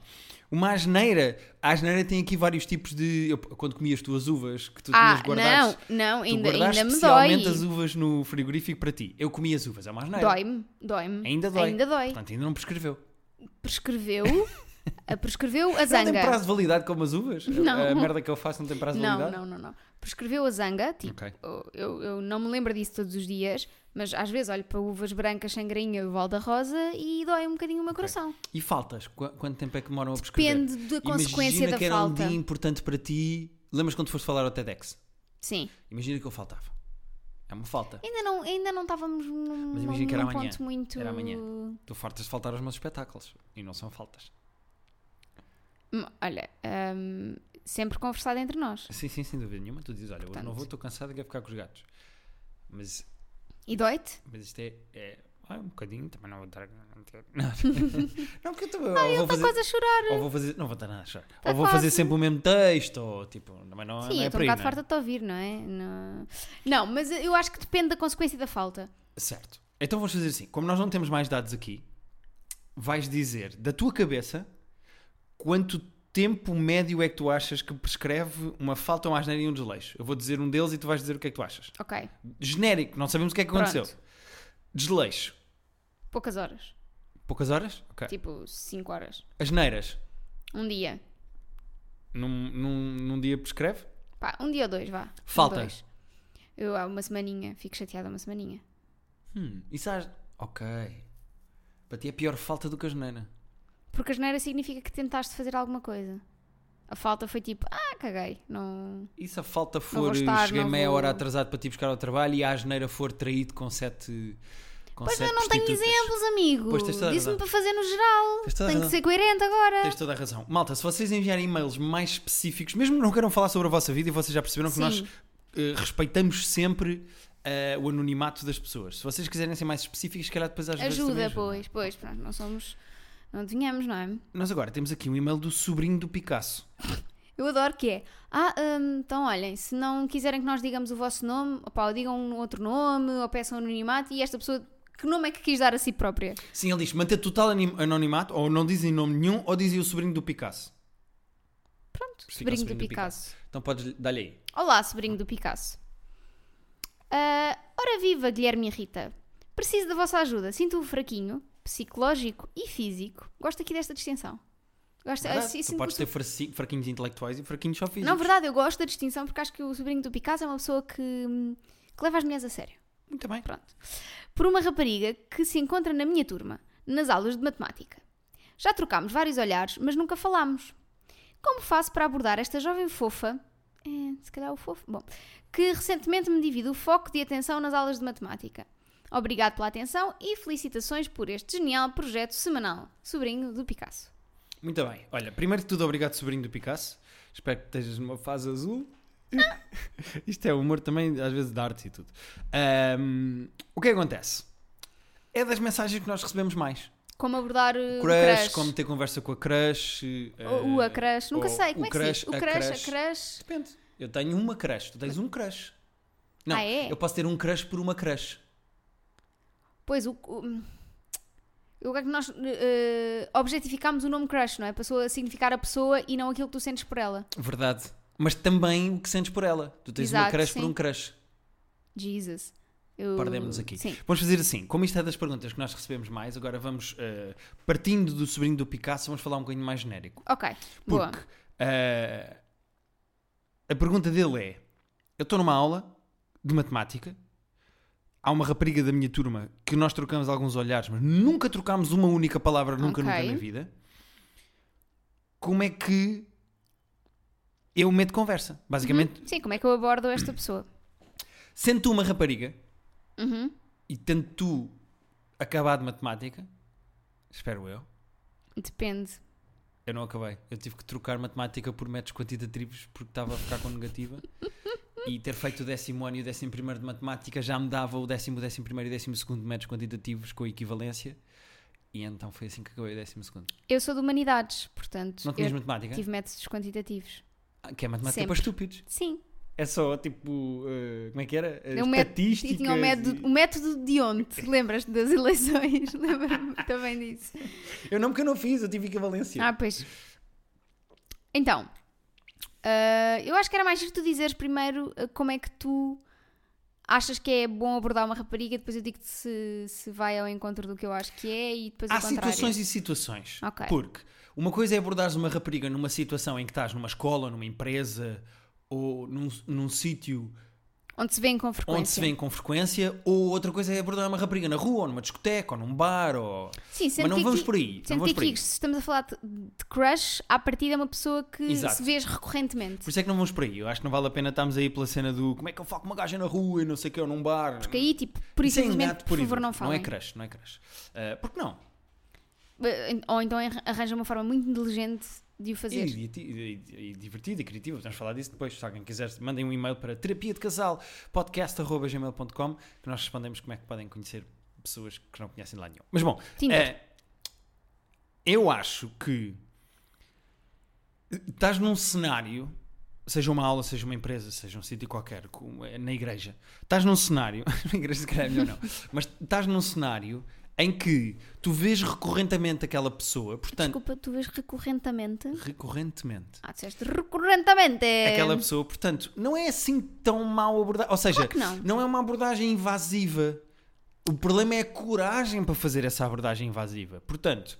S2: Uma asneira, a asneira tem aqui vários tipos de. Eu, quando comi as tuas uvas, que tu
S1: ah,
S2: tinhas guardadas.
S1: não, não,
S2: Tu
S1: ainda,
S2: guardaste
S1: ainda me
S2: especialmente as
S1: dói.
S2: uvas no frigorífico para ti. Eu comi as uvas, é uma asneira.
S1: Dói-me, dói-me.
S2: Ainda dói.
S1: Ainda dói.
S2: Portanto, ainda não prescreveu.
S1: prescreveu, a prescreveu a
S2: Não tem
S1: zanga.
S2: prazo de validade como as uvas?
S1: Não.
S2: A merda que eu faço não tem prazo de
S1: Não,
S2: validade?
S1: não, não, não. Prescreveu a zanga, tipo,
S2: Ok.
S1: eu, eu não me lembro disso todos os dias, mas às vezes olho para uvas brancas, sangrinha e valda rosa e dói um bocadinho o meu coração.
S2: E faltas? Qu- Quanto tempo é que demoram a prescrever?
S1: Depende da consequência
S2: Imagina
S1: da
S2: que era
S1: falta.
S2: um dia importante para ti. Lembras quando foste falar ao TEDx?
S1: Sim.
S2: Imagina que eu faltava. É uma falta.
S1: Ainda não, ainda não estávamos num,
S2: Mas imagina que era
S1: num
S2: amanhã.
S1: ponto muito.
S2: Era amanhã. Tu fartas de faltar aos meus espetáculos. E não são faltas.
S1: Hum, Olha, hum, sempre conversado entre nós.
S2: Sim, sim, sem dúvida nenhuma. Tu dizes, olha, hoje
S1: Portanto.
S2: não vou, estou cansado, quero ficar com os gatos. Mas
S1: E dói-te?
S2: Mas isto é. é- Ah, um bocadinho, também não vou estar. Não, não porque eu também. ou Então, vou
S1: Está
S2: fazer,
S1: quase a chorar.
S2: ou vou fazer. Não vou estar nada a achar.
S1: Tá
S2: ou vou fazer
S1: quase.
S2: sempre o mesmo texto, ou tipo. Também não,
S1: Sim,
S2: não
S1: eu
S2: é
S1: estou
S2: por
S1: um
S2: aí.
S1: bocado
S2: não é?
S1: farta de te ouvir, não é? Não... não, mas eu acho que depende da consequência da falta.
S2: Certo. Então vamos fazer assim. Como nós não temos mais dados aqui, vais dizer da tua cabeça quanto tempo médio é que tu achas que prescreve uma falta, uma asneira e um desleixo. Eu vou dizer um deles e tu vais dizer o que é que tu achas.
S1: Ok,
S2: Genérico, não sabemos o que é que
S1: Pronto.
S2: aconteceu. Desleixo.
S1: poucas horas.
S2: Poucas horas? Ok.
S1: Tipo, 5 horas.
S2: Asneiras.
S1: Um dia.
S2: Num, num, num dia prescreve?
S1: Pá, um dia ou dois, vá. Um,
S2: Falta.
S1: dois. Eu há uma semaninha, fico chateada uma semaninha.
S2: Hum, isso há... Ok. Para ti é pior falta do que a geneira.
S1: Porque a geneira significa que tentaste fazer alguma coisa. A falta foi tipo, ah, caguei. Não...
S2: E se a falta
S1: vou
S2: for eh,
S1: estar,
S2: cheguei
S1: não
S2: meia
S1: vou-
S2: hora atrasado para ti buscar ao trabalho e a geneira for traído com sete. Com
S1: Pois
S2: sete
S1: eu não tenho
S2: é prostitutas?
S1: exemplos, amigo.
S2: Pois, tens toda a
S1: Disse-me
S2: razão.
S1: para fazer no geral.
S2: Tens toda a
S1: Tenho que
S2: razão.
S1: ser coerente agora.
S2: Tens toda a razão. Malta, se vocês enviarem e-mails mais específicos, mesmo que não queiram falar sobre a vossa vida, e vocês já perceberam que
S1: Sim.
S2: nós eh, respeitamos sempre eh, eh, o anonimato das pessoas. Se vocês quiserem ser mais específicos, se calhar depois às vezes também
S1: Ajuda,
S2: ajuda.
S1: pois, pois, pronto, não somos. Não adivinhamos, não é?
S2: Nós agora temos aqui um e-mail do sobrinho do Picasso.
S1: Eu adoro que é. Ah, hum, então olhem, se não quiserem que nós digamos o vosso nome, opá, ou digam um outro nome, ou peçam anonimato, e esta pessoa, que nome é que quis dar a si própria?
S2: Sim, ele diz: manter total anim- anonimato, ou não dizem nome nenhum, ou dizem o sobrinho do Picasso.
S1: Pronto,
S2: Fica
S1: sobrinho,
S2: sobrinho
S1: do
S2: do
S1: Picasso.
S2: Então podes lhe- dar-lhe aí.
S1: Olá, sobrinho do Picasso. Ah, ora viva, Guilherme e Rita. Preciso da vossa ajuda. Sinto-o fraquinho, psicológico e físico. Gosto aqui desta distinção. Gosto, eu
S2: Verdade,
S1: si-
S2: tu
S1: sinto
S2: podes
S1: É assim, que o
S2: ter farci- fraquinhos intelectuais e fraquinhos só físicos.
S1: Não, verdade, eu gosto da distinção porque acho que o sobrinho do Picasso é uma pessoa que, hum, que leva as mulheres a sério.
S2: Muito bem.
S1: Pronto. Por uma rapariga que se encontra na minha turma, nas aulas de matemática. Já trocámos vários olhares, mas nunca falámos. Como faço para abordar esta jovem fofa? É, se calhar o fofo. Bom, que recentemente me divide o foco de atenção nas aulas de matemática. Obrigado pela atenção e felicitações por este genial projeto semanal. Sobrinho do Picasso.
S2: Muito bem. Olha, primeiro de tudo, obrigado, sobrinho do Picasso. Espero que estejas numa fase azul. Isto é humor também, às vezes, de arte e tudo. Ahm, o que é que acontece? É das mensagens que nós recebemos mais.
S1: Como abordar uh, o
S2: Crush,
S1: crush.
S2: como ter conversa com a crush.
S1: Ou o
S2: eh,
S1: a crush. Nunca
S2: ou
S1: sei. Como
S2: o
S1: é que se diz?
S2: crush,
S1: O
S2: a
S1: crush, a
S2: crush.
S1: crush.
S2: Depende. Eu tenho uma crush, tu tens um crush. Não,
S1: Ah, é?
S2: eu posso ter um crush por uma crush.
S1: Pois, o. o eu acho que nós eh, objetificámos o nome crush, não é? Passou a significar a pessoa e não aquilo que tu sentes por ela.
S2: Verdade. Mas também o que sentes por ela. Tu tens uma
S1: Exato,
S2: crush
S1: sim.
S2: por um crush.
S1: Jesus. Eu...
S2: Perdemos-nos aqui.
S1: Sim.
S2: Vamos fazer assim, como isto é das perguntas que nós recebemos mais, agora vamos, eh, partindo do sobrinho do Picasso, vamos falar um bocadinho mais genérico.
S1: Ok, boa.
S2: Porque eh, a pergunta dele é: eu estou numa aula de matemática, há uma rapariga da minha turma que nós trocamos alguns olhares, mas nunca trocámos uma única palavra, nunca, nunca
S1: Ok.
S2: na vida. Como é que eu meto conversa? Basicamente,
S1: Sim, como é que eu abordo esta pessoa?
S2: sendo tu uma rapariga
S1: Uhum.
S2: e tendo tu acabado matemática, espero eu,
S1: Depende.
S2: eu não acabei. Eu tive que trocar matemática por métodos quantitativos porque estava a ficar com negativa. E ter feito o décimo ano e o décimo primeiro de matemática já me dava o décimo, o décimo primeiro e o décimo segundo de métodos quantitativos com equivalência. E então foi assim que acabei o décimo segundo.
S1: Eu sou de humanidades, portanto.
S2: Não tinhas
S1: eu
S2: matemática?
S1: tive métodos quantitativos.
S2: Ah, Que é matemática
S1: Sempre.
S2: para estúpidos.
S1: Sim.
S2: É só tipo, eh, como é que era? Eh,
S1: Eu meto-
S2: Estatísticas.
S1: E tinha o método, o método de ontem. Lembras-te das eleições? Lembro-me também disso.
S2: e- Eu não, porque eu não fiz, eu tive equivalência.
S1: Ah, pois. Então, ah, eu acho que era mais giro tu dizeres primeiro ah, como é que tu achas que é bom abordar uma rapariga, depois eu digo-te se, se vai ao encontro do que eu acho que é e depois
S2: Há
S1: o contrário.
S2: situações e situações.
S1: Ok.
S2: Porque uma coisa é abordares uma rapariga numa situação em que estás numa escola, numa empresa ou num, num sítio
S1: Onde se vêem com frequência.
S2: onde se vêem com frequência, ou outra coisa é abordar uma rapariga na rua, ou numa discoteca, ou num bar, ou.
S1: Sim, sendo
S2: Mas não
S1: que
S2: vamos
S1: aqui,
S2: por aí. Não
S1: Sendo
S2: vamos
S1: que
S2: por aí.
S1: aqui, se estamos a falar de- de crush, à partida é uma pessoa que
S2: Exato.
S1: se vês recorrentemente.
S2: Por isso é que não vamos por aí. Eu acho que não vale a pena estarmos aí pela cena do como é que eu falo com uma gaja na rua e não sei o que, ou num bar.
S1: Porque aí, tipo, por isso
S2: Isso é
S1: simplesmente,
S2: engato
S1: por
S2: puro e
S1: favor,
S2: duro.
S1: não falem.
S2: Não é crush, não é crush. Ah, porque não?
S1: Ou então arranja uma forma muito inteligente de o
S2: E,
S1: fazer.
S2: e- e- e divertido e criativo, vamos falar disso depois. Se alguém quiser, mandem um e-mail para terapia de casal podcast.gmail.com que nós respondemos como é que podem conhecer pessoas que não conhecem de lá nenhum. Mas bom,
S1: Tinder.
S2: eh, eu acho que estás num cenário, seja uma aula, seja uma empresa, seja um sítio qualquer, com- eh, na igreja, estás num cenário, na igreja se calhar é melhor não, mas estás num cenário em que tu vês recorrentemente aquela pessoa, portanto,
S1: Desculpa, tu vês recorrentemente.
S2: recorrentemente.
S1: Ah, disseste recorrentemente.
S2: aquela pessoa. Portanto, não é assim tão mal abordagem. Ou seja,
S1: que não.
S2: é uma abordagem invasiva. O problema é a coragem para fazer essa abordagem invasiva. Portanto,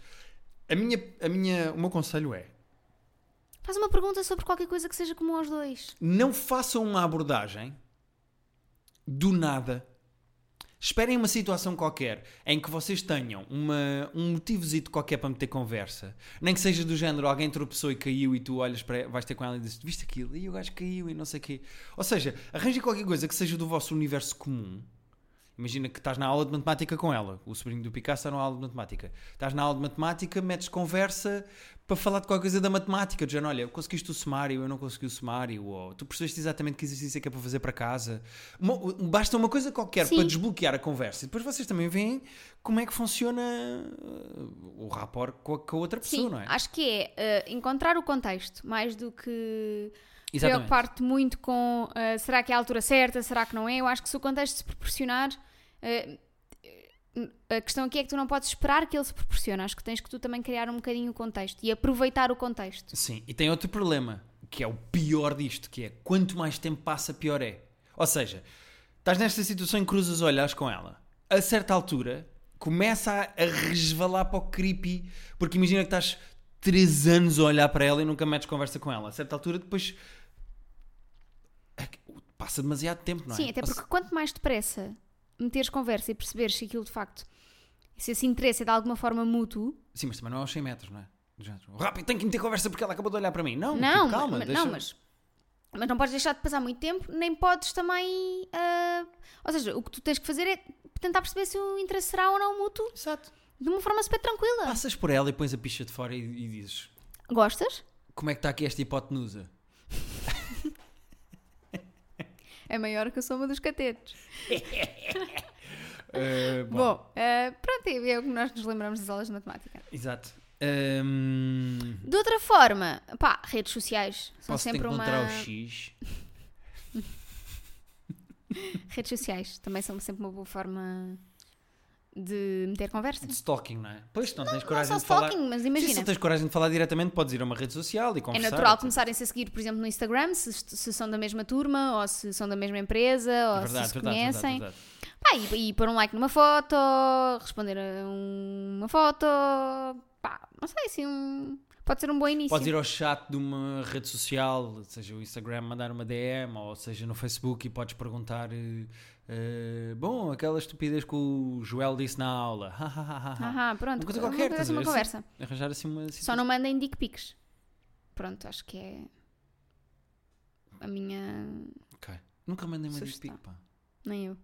S2: a minha, a minha, o meu conselho é
S1: Faz uma pergunta sobre qualquer coisa que seja comum aos dois.
S2: não façam uma abordagem do nada. Esperem uma situação qualquer em que vocês tenham uma, um motivozito qualquer para meter conversa. Nem que seja do género, alguém tropeçou e caiu e tu olhas para vais ter com ela e dizes, viste aquilo? E o gajo caiu e não sei o quê. Ou seja, arranjem qualquer coisa que seja do vosso universo comum Imagina que estás na aula de matemática com ela. O sobrinho do Picasso está na aula de matemática. Estás na aula de matemática, metes conversa para falar de qualquer coisa da matemática. Dizendo, olha, conseguiste o sumário, eu não consegui o sumário. Ou tu percebeste exatamente que exercício é que é para fazer para casa. Uma- basta uma coisa qualquer
S1: Sim.
S2: para desbloquear a conversa. E depois vocês também veem como é que funciona uh, o rapport com a, com a outra pessoa,
S1: Sim,
S2: não é?
S1: acho que é eh, encontrar o contexto, mais do que
S2: Exatamente.
S1: preocupar-te muito com eh, será que é a altura certa, será que não é. Eu acho que se o contexto se proporcionar, eh, a questão aqui é que tu não podes esperar que ele se proporcione. Acho que tens que tu também criar um bocadinho o contexto e aproveitar o contexto.
S2: Sim, e tem outro problema, que é o pior disto, que é quanto mais tempo passa, pior é. Ou seja, estás nesta situação e cruzas olhares com ela. A certa altura, começa a, a resvalar para o creepy, porque imagina que estás 3 anos a olhar para ela e nunca metes conversa com ela. A certa altura, depois... Passa demasiado tempo, não é?
S1: Sim, até
S2: Ou
S1: porque quanto mais depressa meteres conversa e perceberes se aquilo de facto, se esse interesse é de alguma forma mútuo,
S2: Sim, mas também não é aos 100 metros, não é? Do género, Rápido, tenho que meter conversa porque ela acabou de olhar para mim. Não,
S1: Não,
S2: tipo, calma,
S1: ma-
S2: deixa...
S1: não, mas, mas não podes deixar de passar muito tempo, nem podes também. ah, ou seja, o que tu tens que fazer é tentar perceber se o interesse será ou não mútuo
S2: Exato.
S1: de uma forma super tranquila.
S2: Passas por ela e pões a picha de fora e, e dizes...
S1: Gostas?
S2: Como é que está aqui esta hipotenusa?
S1: É maior que a soma dos catetos.
S2: Eh,
S1: Bom, ah, pronto, é o que nós nos lembramos das aulas de matemática.
S2: Exato. Ahm,
S1: De outra forma, pá, redes sociais são
S2: posso te
S1: sempre uma.
S2: encontrar o X?
S1: Redes sociais também são sempre uma boa forma de meter conversa.
S2: De stalking, não é? Pois, não, tens
S1: Não
S2: coragem
S1: só
S2: de falar.
S1: stalking, mas
S2: Sim,
S1: imagina.
S2: se não tens coragem de falar diretamente, podes ir a uma rede social e
S1: É
S2: conversar.
S1: natural
S2: etc.
S1: começarem-se a seguir, por exemplo, no Instagram, se, est- se são da mesma turma, ou se são da mesma empresa, ou
S2: É Verdade,
S1: se se
S2: verdade, verdade, é
S1: conhecem.
S2: verdade.
S1: Pá, e, e pôr um like numa foto, responder a um- uma foto, pá, não sei, assim, um- pode ser um bom início.
S2: Podes ir ao chat de uma rede social, seja o Instagram, mandar uma DM, ou seja no Facebook e podes perguntar: eh, eh, Bom, aquela estupidez que o Joel disse na aula. Ha, ha, ha, ha, ha.
S1: Ahá, pronto,
S2: ah, Uma coisa qualquer, estás
S1: assim,
S2: a
S1: uma
S2: ver?
S1: conversa.
S2: Arranjar assim uma.
S1: Só
S2: situação.
S1: não mandem dick pics. Pronto, acho que é a minha...
S2: Ok. Nunca mandei uma dick
S1: Sugestão.
S2: pic, pá.
S1: nem eu.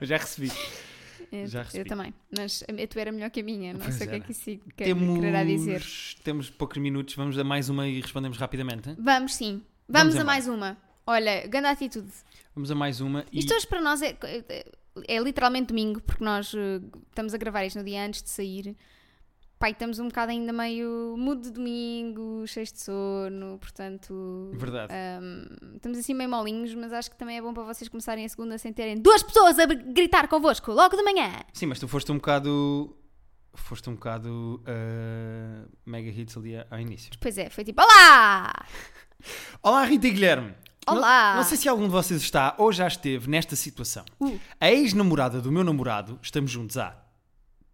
S2: Eu já recebi.
S1: Eu,
S2: Já
S1: eu
S2: recebi.
S1: também, mas a tua era melhor que a minha, não
S2: Pois
S1: sei o que é
S2: era.
S1: que isso que-
S2: temos,
S1: quererá dizer.
S2: Temos poucos minutos, vamos a mais uma e respondemos rapidamente. hein?
S1: Vamos sim. Vamos,
S2: Vamos
S1: a
S2: embora.
S1: mais uma. Olha, grande atitude.
S2: Vamos a mais uma e
S1: Isto hoje para nós é, é literalmente domingo, porque nós eh, estamos a gravar isto no dia antes de sair. Pai, estamos um bocado ainda meio mudo de domingo, cheios de sono, portanto.
S2: verdade.
S1: ehm, estamos assim meio molinhos, mas acho que também é bom para vocês começarem a segunda sem terem duas pessoas a br- gritar convosco logo de manhã.
S2: Sim, mas tu foste um bocado foste um bocado ah, mega hits ali a- ao início.
S1: Pois é, foi tipo: Olá!
S2: Olá Rita e Guilherme.
S1: Olá.
S2: Não, não sei se algum de vocês está ou já esteve nesta situação.
S1: Uh.
S2: A ex-namorada do meu namorado, estamos juntos há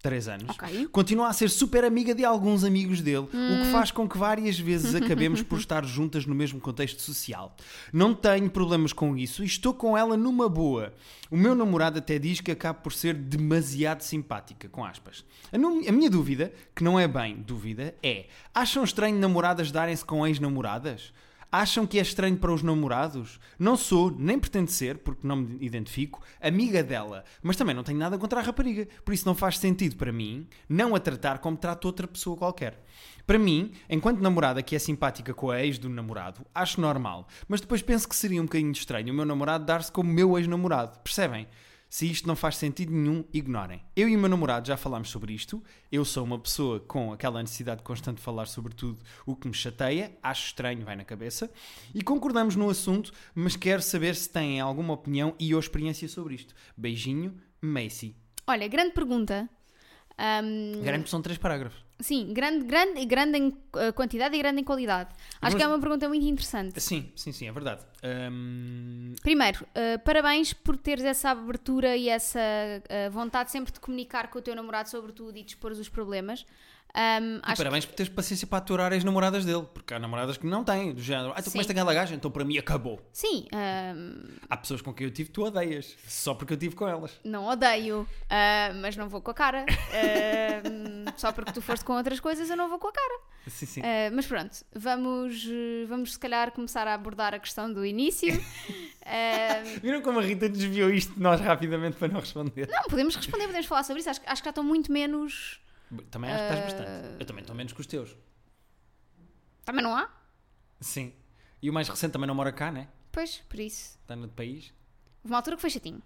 S2: 3 anos.
S1: Ok. Hum.
S2: Continua a ser super amiga de alguns amigos dele, o que faz com que várias vezes acabemos por estar juntas no mesmo contexto social. Não tenho problemas com isso e estou com ela numa boa. O meu namorado até diz que acabo por ser demasiado simpática, com aspas. A, nu- a minha dúvida, que não é bem dúvida, é: acham estranho namoradas darem-se com ex-namoradas? Acham que é estranho para os namorados? Não sou, nem pretendo ser, porque não me identifico, amiga dela, mas também não tenho nada contra a rapariga, por isso não faz sentido para mim não a tratar como trato outra pessoa qualquer. Para mim, enquanto namorada que é simpática com a ex do namorado, acho normal, mas depois penso que seria um bocadinho estranho o meu namorado dar-se como meu ex-namorado, percebem? Se isto não faz sentido nenhum, ignorem. Eu e o meu namorado já falámos sobre isto. Eu sou uma pessoa com aquela necessidade constante de falar sobre tudo o que me chateia, acho estranho, vai na cabeça. E concordamos no assunto, mas quero saber se têm alguma opinião e ou experiência sobre isto. Beijinho, Macy.
S1: Olha, grande pergunta. Ehm, Ahm,
S2: Garanto que são três parágrafos.
S1: Sim, grande, grande, e grande em eh, quantidade e grande em qualidade. Acho
S2: Vamos-
S1: que é uma pergunta muito interessante.
S2: Sim, sim, sim, é verdade. Hum,
S1: Primeiro, eh, parabéns por teres essa abertura e essa eh, vontade sempre de comunicar com o teu namorado sobre tudo e de expor os problemas. Ahm,
S2: E
S1: acho
S2: parabéns por teres paciência para aturar as namoradas dele, porque há namoradas que não têm, do género. Ah, tu
S1: Sim.
S2: comeste aquela gaja, então para mim acabou.
S1: que- Sim, ahm,
S2: Há pessoas com quem eu tive, tu odeias, só porque eu tive com elas.
S1: não odeio, ah, mas não vou com a cara. Ahm, só porque tu foste com outras coisas, eu não vou com a cara.
S2: Sim, sim.
S1: Ah, mas pronto, vamos, eh, vamos se calhar começar a abordar a questão do início. Ah,
S2: Viram como a Rita desviou isto de nós rapidamente para não responder?
S1: não, podemos responder, podemos falar sobre isso. Acho, acho que já estão muito menos.
S2: Também acho que estás
S1: Ah.
S2: bastante. Eu também estou menos que os teus.
S1: Também não há?
S2: Sim. E o mais recente também não mora cá, né?
S1: Pois, por isso.
S2: Está no outro país.
S1: Houve uma altura que foi chatinho.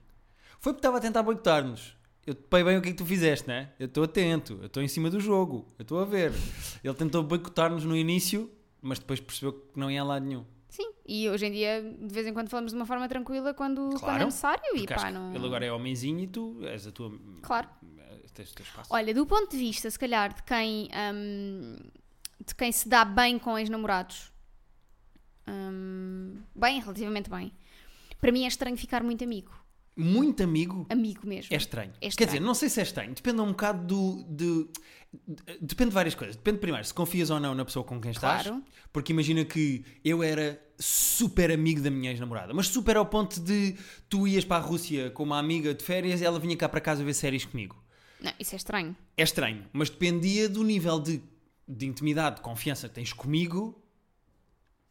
S2: Foi porque estava a tentar boicotar-nos. Eu topei bem o que é que tu fizeste, né? Eu estou atento, eu estou em cima do jogo, eu estou a ver. Ele tentou boicotar-nos no início, mas depois percebeu que não ia a lado nenhum.
S1: Sim, e hoje em dia, de vez em quando, falamos de uma forma tranquila quando,
S2: Claro,
S1: quando é necessário. E
S2: Porque acho
S1: pá,
S2: que
S1: não.
S2: Ele agora é homenzinho e tu és a tua.
S1: Claro.
S2: Tens o teu espaço.
S1: Olha, do ponto de vista, se calhar, de quem, hum, de quem se dá bem com ex-namorados, hum, bem, relativamente bem, para mim é estranho ficar muito amigo.
S2: Muito amigo
S1: Amigo mesmo.
S2: é estranho.
S1: É estranho.
S2: Quer dizer, não sei se é estranho, depende um bocado do. de- de- depende de várias coisas. Depende primeiro se confias ou não na pessoa com quem estás.
S1: Claro.
S2: Porque imagina que eu era super amigo da minha ex-namorada, mas super ao ponto de tu ias para a Rússia com uma amiga de férias e ela vinha cá para casa ver séries comigo.
S1: Não, isso é estranho.
S2: É estranho, mas dependia do nível de, de intimidade, de confiança que tens comigo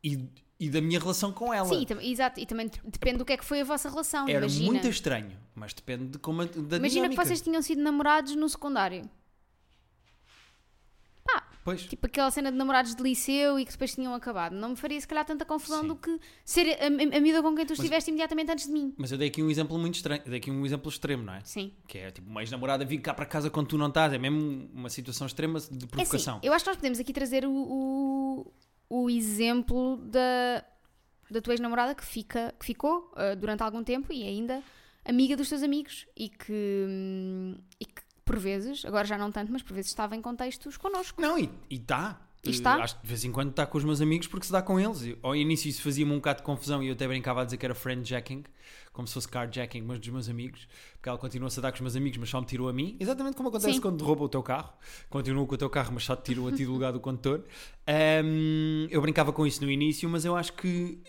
S2: e, e da minha relação com ela.
S1: Sim, e tam- exato. E também depende do que é que foi a vossa relação.
S2: Era
S1: imagina
S2: muito estranho, mas depende de como a- da
S1: imagina que
S2: dinâmica.
S1: vocês tinham sido namorados no secundário. Pá,
S2: Pois,
S1: tipo aquela cena de namorados de liceu e que depois tinham acabado. Não me faria, se calhar, tanta confusão
S2: Sim.
S1: do que ser a, a, a miúda com quem tu estiveste imediatamente antes de mim.
S2: mas eu dei aqui um exemplo muito estranho, dei aqui um exemplo extremo, não é?
S1: Sim.
S2: Que é tipo uma ex-namorada vir cá para casa quando tu não estás, é mesmo uma situação extrema de
S1: É assim,
S2: provocação.
S1: eu acho que nós podemos aqui trazer o, o, o exemplo da, da tua ex-namorada que, fica, que ficou ah, durante algum tempo e ainda amiga dos teus amigos e que, hum, e que por vezes, agora já não tanto, mas por vezes estava em contextos connosco.
S2: Não, e está.
S1: E está?
S2: Acho que de vez em quando está com os meus amigos porque se dá com eles. Eu, ao início isso fazia-me um bocado de confusão e eu até brincava a dizer que era friendjacking, como se fosse carjacking, mas dos meus amigos, porque ela continua-se a dar com os meus amigos, mas só me tirou a mim. Exatamente como acontece
S1: Sim.
S2: quando derruba o teu carro. Continua com o teu carro, mas só te tirou a ti do lugar do condutor. Ahm, eu brincava com isso no início, mas eu acho que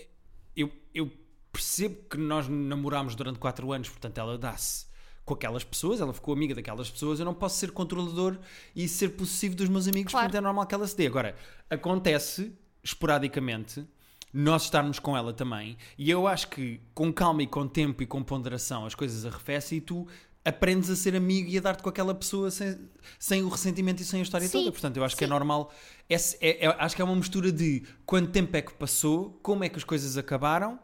S2: eu, eu percebo que nós namorámos durante 4 anos, portanto ela dá-se com aquelas pessoas, ela ficou amiga daquelas pessoas, eu não posso ser controlador e ser possessivo dos meus amigos,
S1: Claro.
S2: portanto é normal que ela se dê. Agora, acontece esporadicamente nós estarmos com ela também, e eu acho que com calma e com tempo e com ponderação as coisas arrefecem e tu aprendes a ser amigo e a dar-te com aquela pessoa sem, sem o ressentimento e sem a história
S1: Sim.
S2: toda. Portanto, eu acho que é
S1: Sim.
S2: normal. Esse- é- é- acho que é uma mistura de quanto tempo é que passou, como é que as coisas acabaram,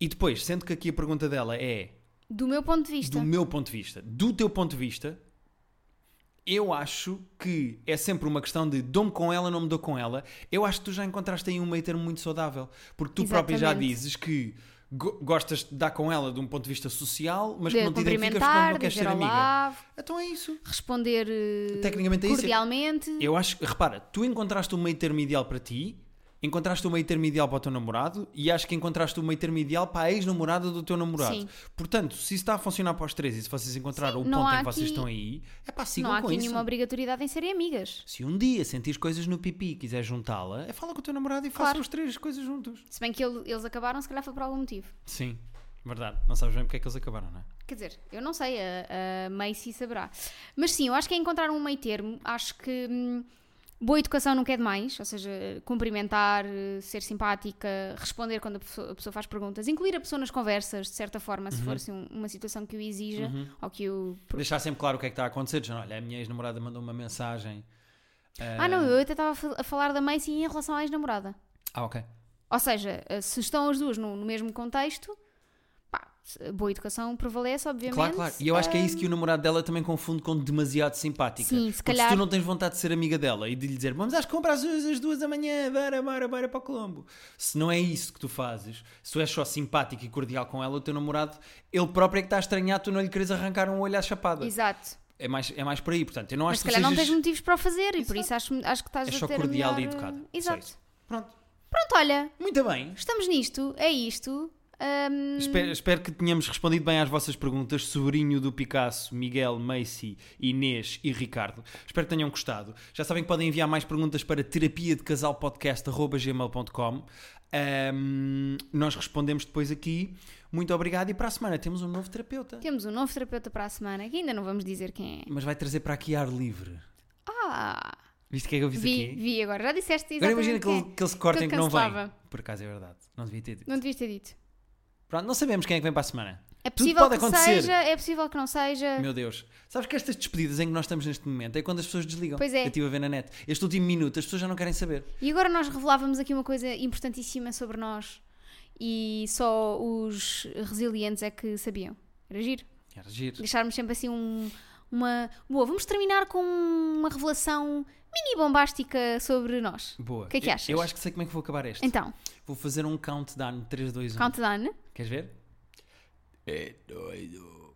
S2: e depois, sendo que aqui a pergunta dela é
S1: Do meu ponto de vista.
S2: do meu ponto de vista, do teu ponto de vista, eu acho que é sempre uma questão de dou-me com ela, não me dou com ela. Eu acho que tu já encontraste aí um meio termo muito saudável, porque tu própria já
S1: Exatamente.
S2: dizes que go- gostas de dar com ela de um ponto de vista social, mas que
S1: de
S2: não te identificas porque
S1: cumprimentar,
S2: não queres
S1: dizer
S2: ser amiga.
S1: olá,
S2: Então é isso.
S1: responder eh,
S2: Tecnicamente é isso.
S1: cordialmente.
S2: Eu acho que, repara, tu encontraste o meio termo ideal para ti, encontraste o meio termo ideal para o teu namorado e acho que encontraste o meio termo ideal para a ex-namorada do teu namorado.
S1: Sim.
S2: Portanto, se isso está a funcionar para os três e se vocês encontraram o
S1: não
S2: ponto
S1: há
S2: em que vocês
S1: aqui-
S2: estão aí, é pá, sigam
S1: não há
S2: com
S1: aqui
S2: isso.
S1: nenhuma obrigatoriedade em serem amigas.
S2: Se um dia sentires coisas no pipi e quiseres juntá-la, é fala com o teu namorado e façam
S1: Claro.
S2: os três coisas juntos.
S1: Se bem que ele- eles acabaram, se calhar foi por algum motivo.
S2: Sim, verdade. Não sabes bem porque é que eles acabaram, não é?
S1: Quer dizer, eu não sei, a, a Macy saberá. Mas sim, eu acho que é encontrar um meio termo. Acho que hum, boa educação nunca é demais, ou seja, cumprimentar, eh, ser simpática, responder quando a pessoa, a pessoa faz perguntas, incluir a pessoa nas conversas, de certa forma,
S2: Uhum.
S1: se for assim, um- uma situação que o exija ou que o.
S2: Deixar sempre claro o que é que está a acontecer. Dizendo, olha, a minha ex-namorada mandou uma mensagem. Eh,
S1: Ah, não, eu até estava a fal- a falar da Macy em relação à ex-namorada.
S2: Ah, ok.
S1: Ou seja, eh, se estão as duas no, no mesmo contexto, pá, se- boa educação prevalece, obviamente.
S2: Claro, claro. E eu acho que é isso que o namorado dela também confunde com demasiado simpática.
S1: Sim, se
S2: Porque
S1: calhar-
S2: se tu não tens vontade de ser amiga dela e de lhe dizer vamos às compras às às duas da manhã, bora, bora, bora para o Colombo. Se não é isso que tu fazes, se tu és só simpática e cordial com ela, o teu namorado, ele próprio é que está a estranhar, tu não lhe queres arrancar um olho à chapada.
S1: Exato.
S2: É mais, é mais por aí. Portanto, eu não
S1: Mas
S2: acho
S1: se
S2: que
S1: calhar não tens um
S2: sejas...
S1: motivos para o fazer e por isso acho, acho que estás
S2: É
S1: a
S2: só
S1: ter a
S2: cordial e
S1: melhor, eh,
S2: educada. Só
S1: Exato.
S2: isso. Pronto.
S1: Pronto, olha,
S2: Muito bem.
S1: estamos nisto, é isto. Ahm,
S2: Espero, espero que tenhamos respondido bem às vossas perguntas, sobrinho do Picasso, Miguel, Macy, Inês e Ricardo. Espero que tenham gostado. Já sabem que podem enviar mais perguntas para terapia de casal podcast.gmail.com. nós respondemos depois aqui. Muito obrigado e para a semana temos um novo terapeuta.
S1: temos um novo terapeuta para a semana, que ainda não vamos dizer quem é.
S2: Mas vai trazer para aqui ar livre.
S1: Ah,
S2: Viste o que é que eu fiz
S1: vi,
S2: aqui?
S1: vi agora. Já disseste
S2: Agora
S1: exatamente
S2: imagina que,
S1: quem é.
S2: ele- que eles cortem
S1: Que
S2: que
S1: eu
S2: não vem.
S1: cancelava.
S2: Por acaso é verdade. Não devia ter dito.
S1: Não devias ter dito.
S2: Pronto, não sabemos quem é que vem para a semana.
S1: É
S2: Tudo
S1: possível
S2: pode
S1: que
S2: acontecer.
S1: seja, é possível que não seja.
S2: Meu Deus. Sabes que estas despedidas em que nós estamos neste momento é quando as pessoas desligam.
S1: Pois é.
S2: Eu estive a ver na net. Este último minuto as pessoas já não querem saber.
S1: E agora nós revelávamos aqui uma coisa importantíssima sobre nós e só os resilientes é que sabiam. Era giro.
S2: Era giro.
S1: Deixarmos sempre assim um, uma. Boa, vamos terminar com uma revelação mini bombástica sobre nós.
S2: Boa.
S1: O que é que
S2: Eu-
S1: achas?
S2: Eu acho que sei como é que vou acabar este.
S1: Então,
S2: Vou fazer um countdown 3, 2, 1.
S1: countdown.
S2: Queres ver? É doido.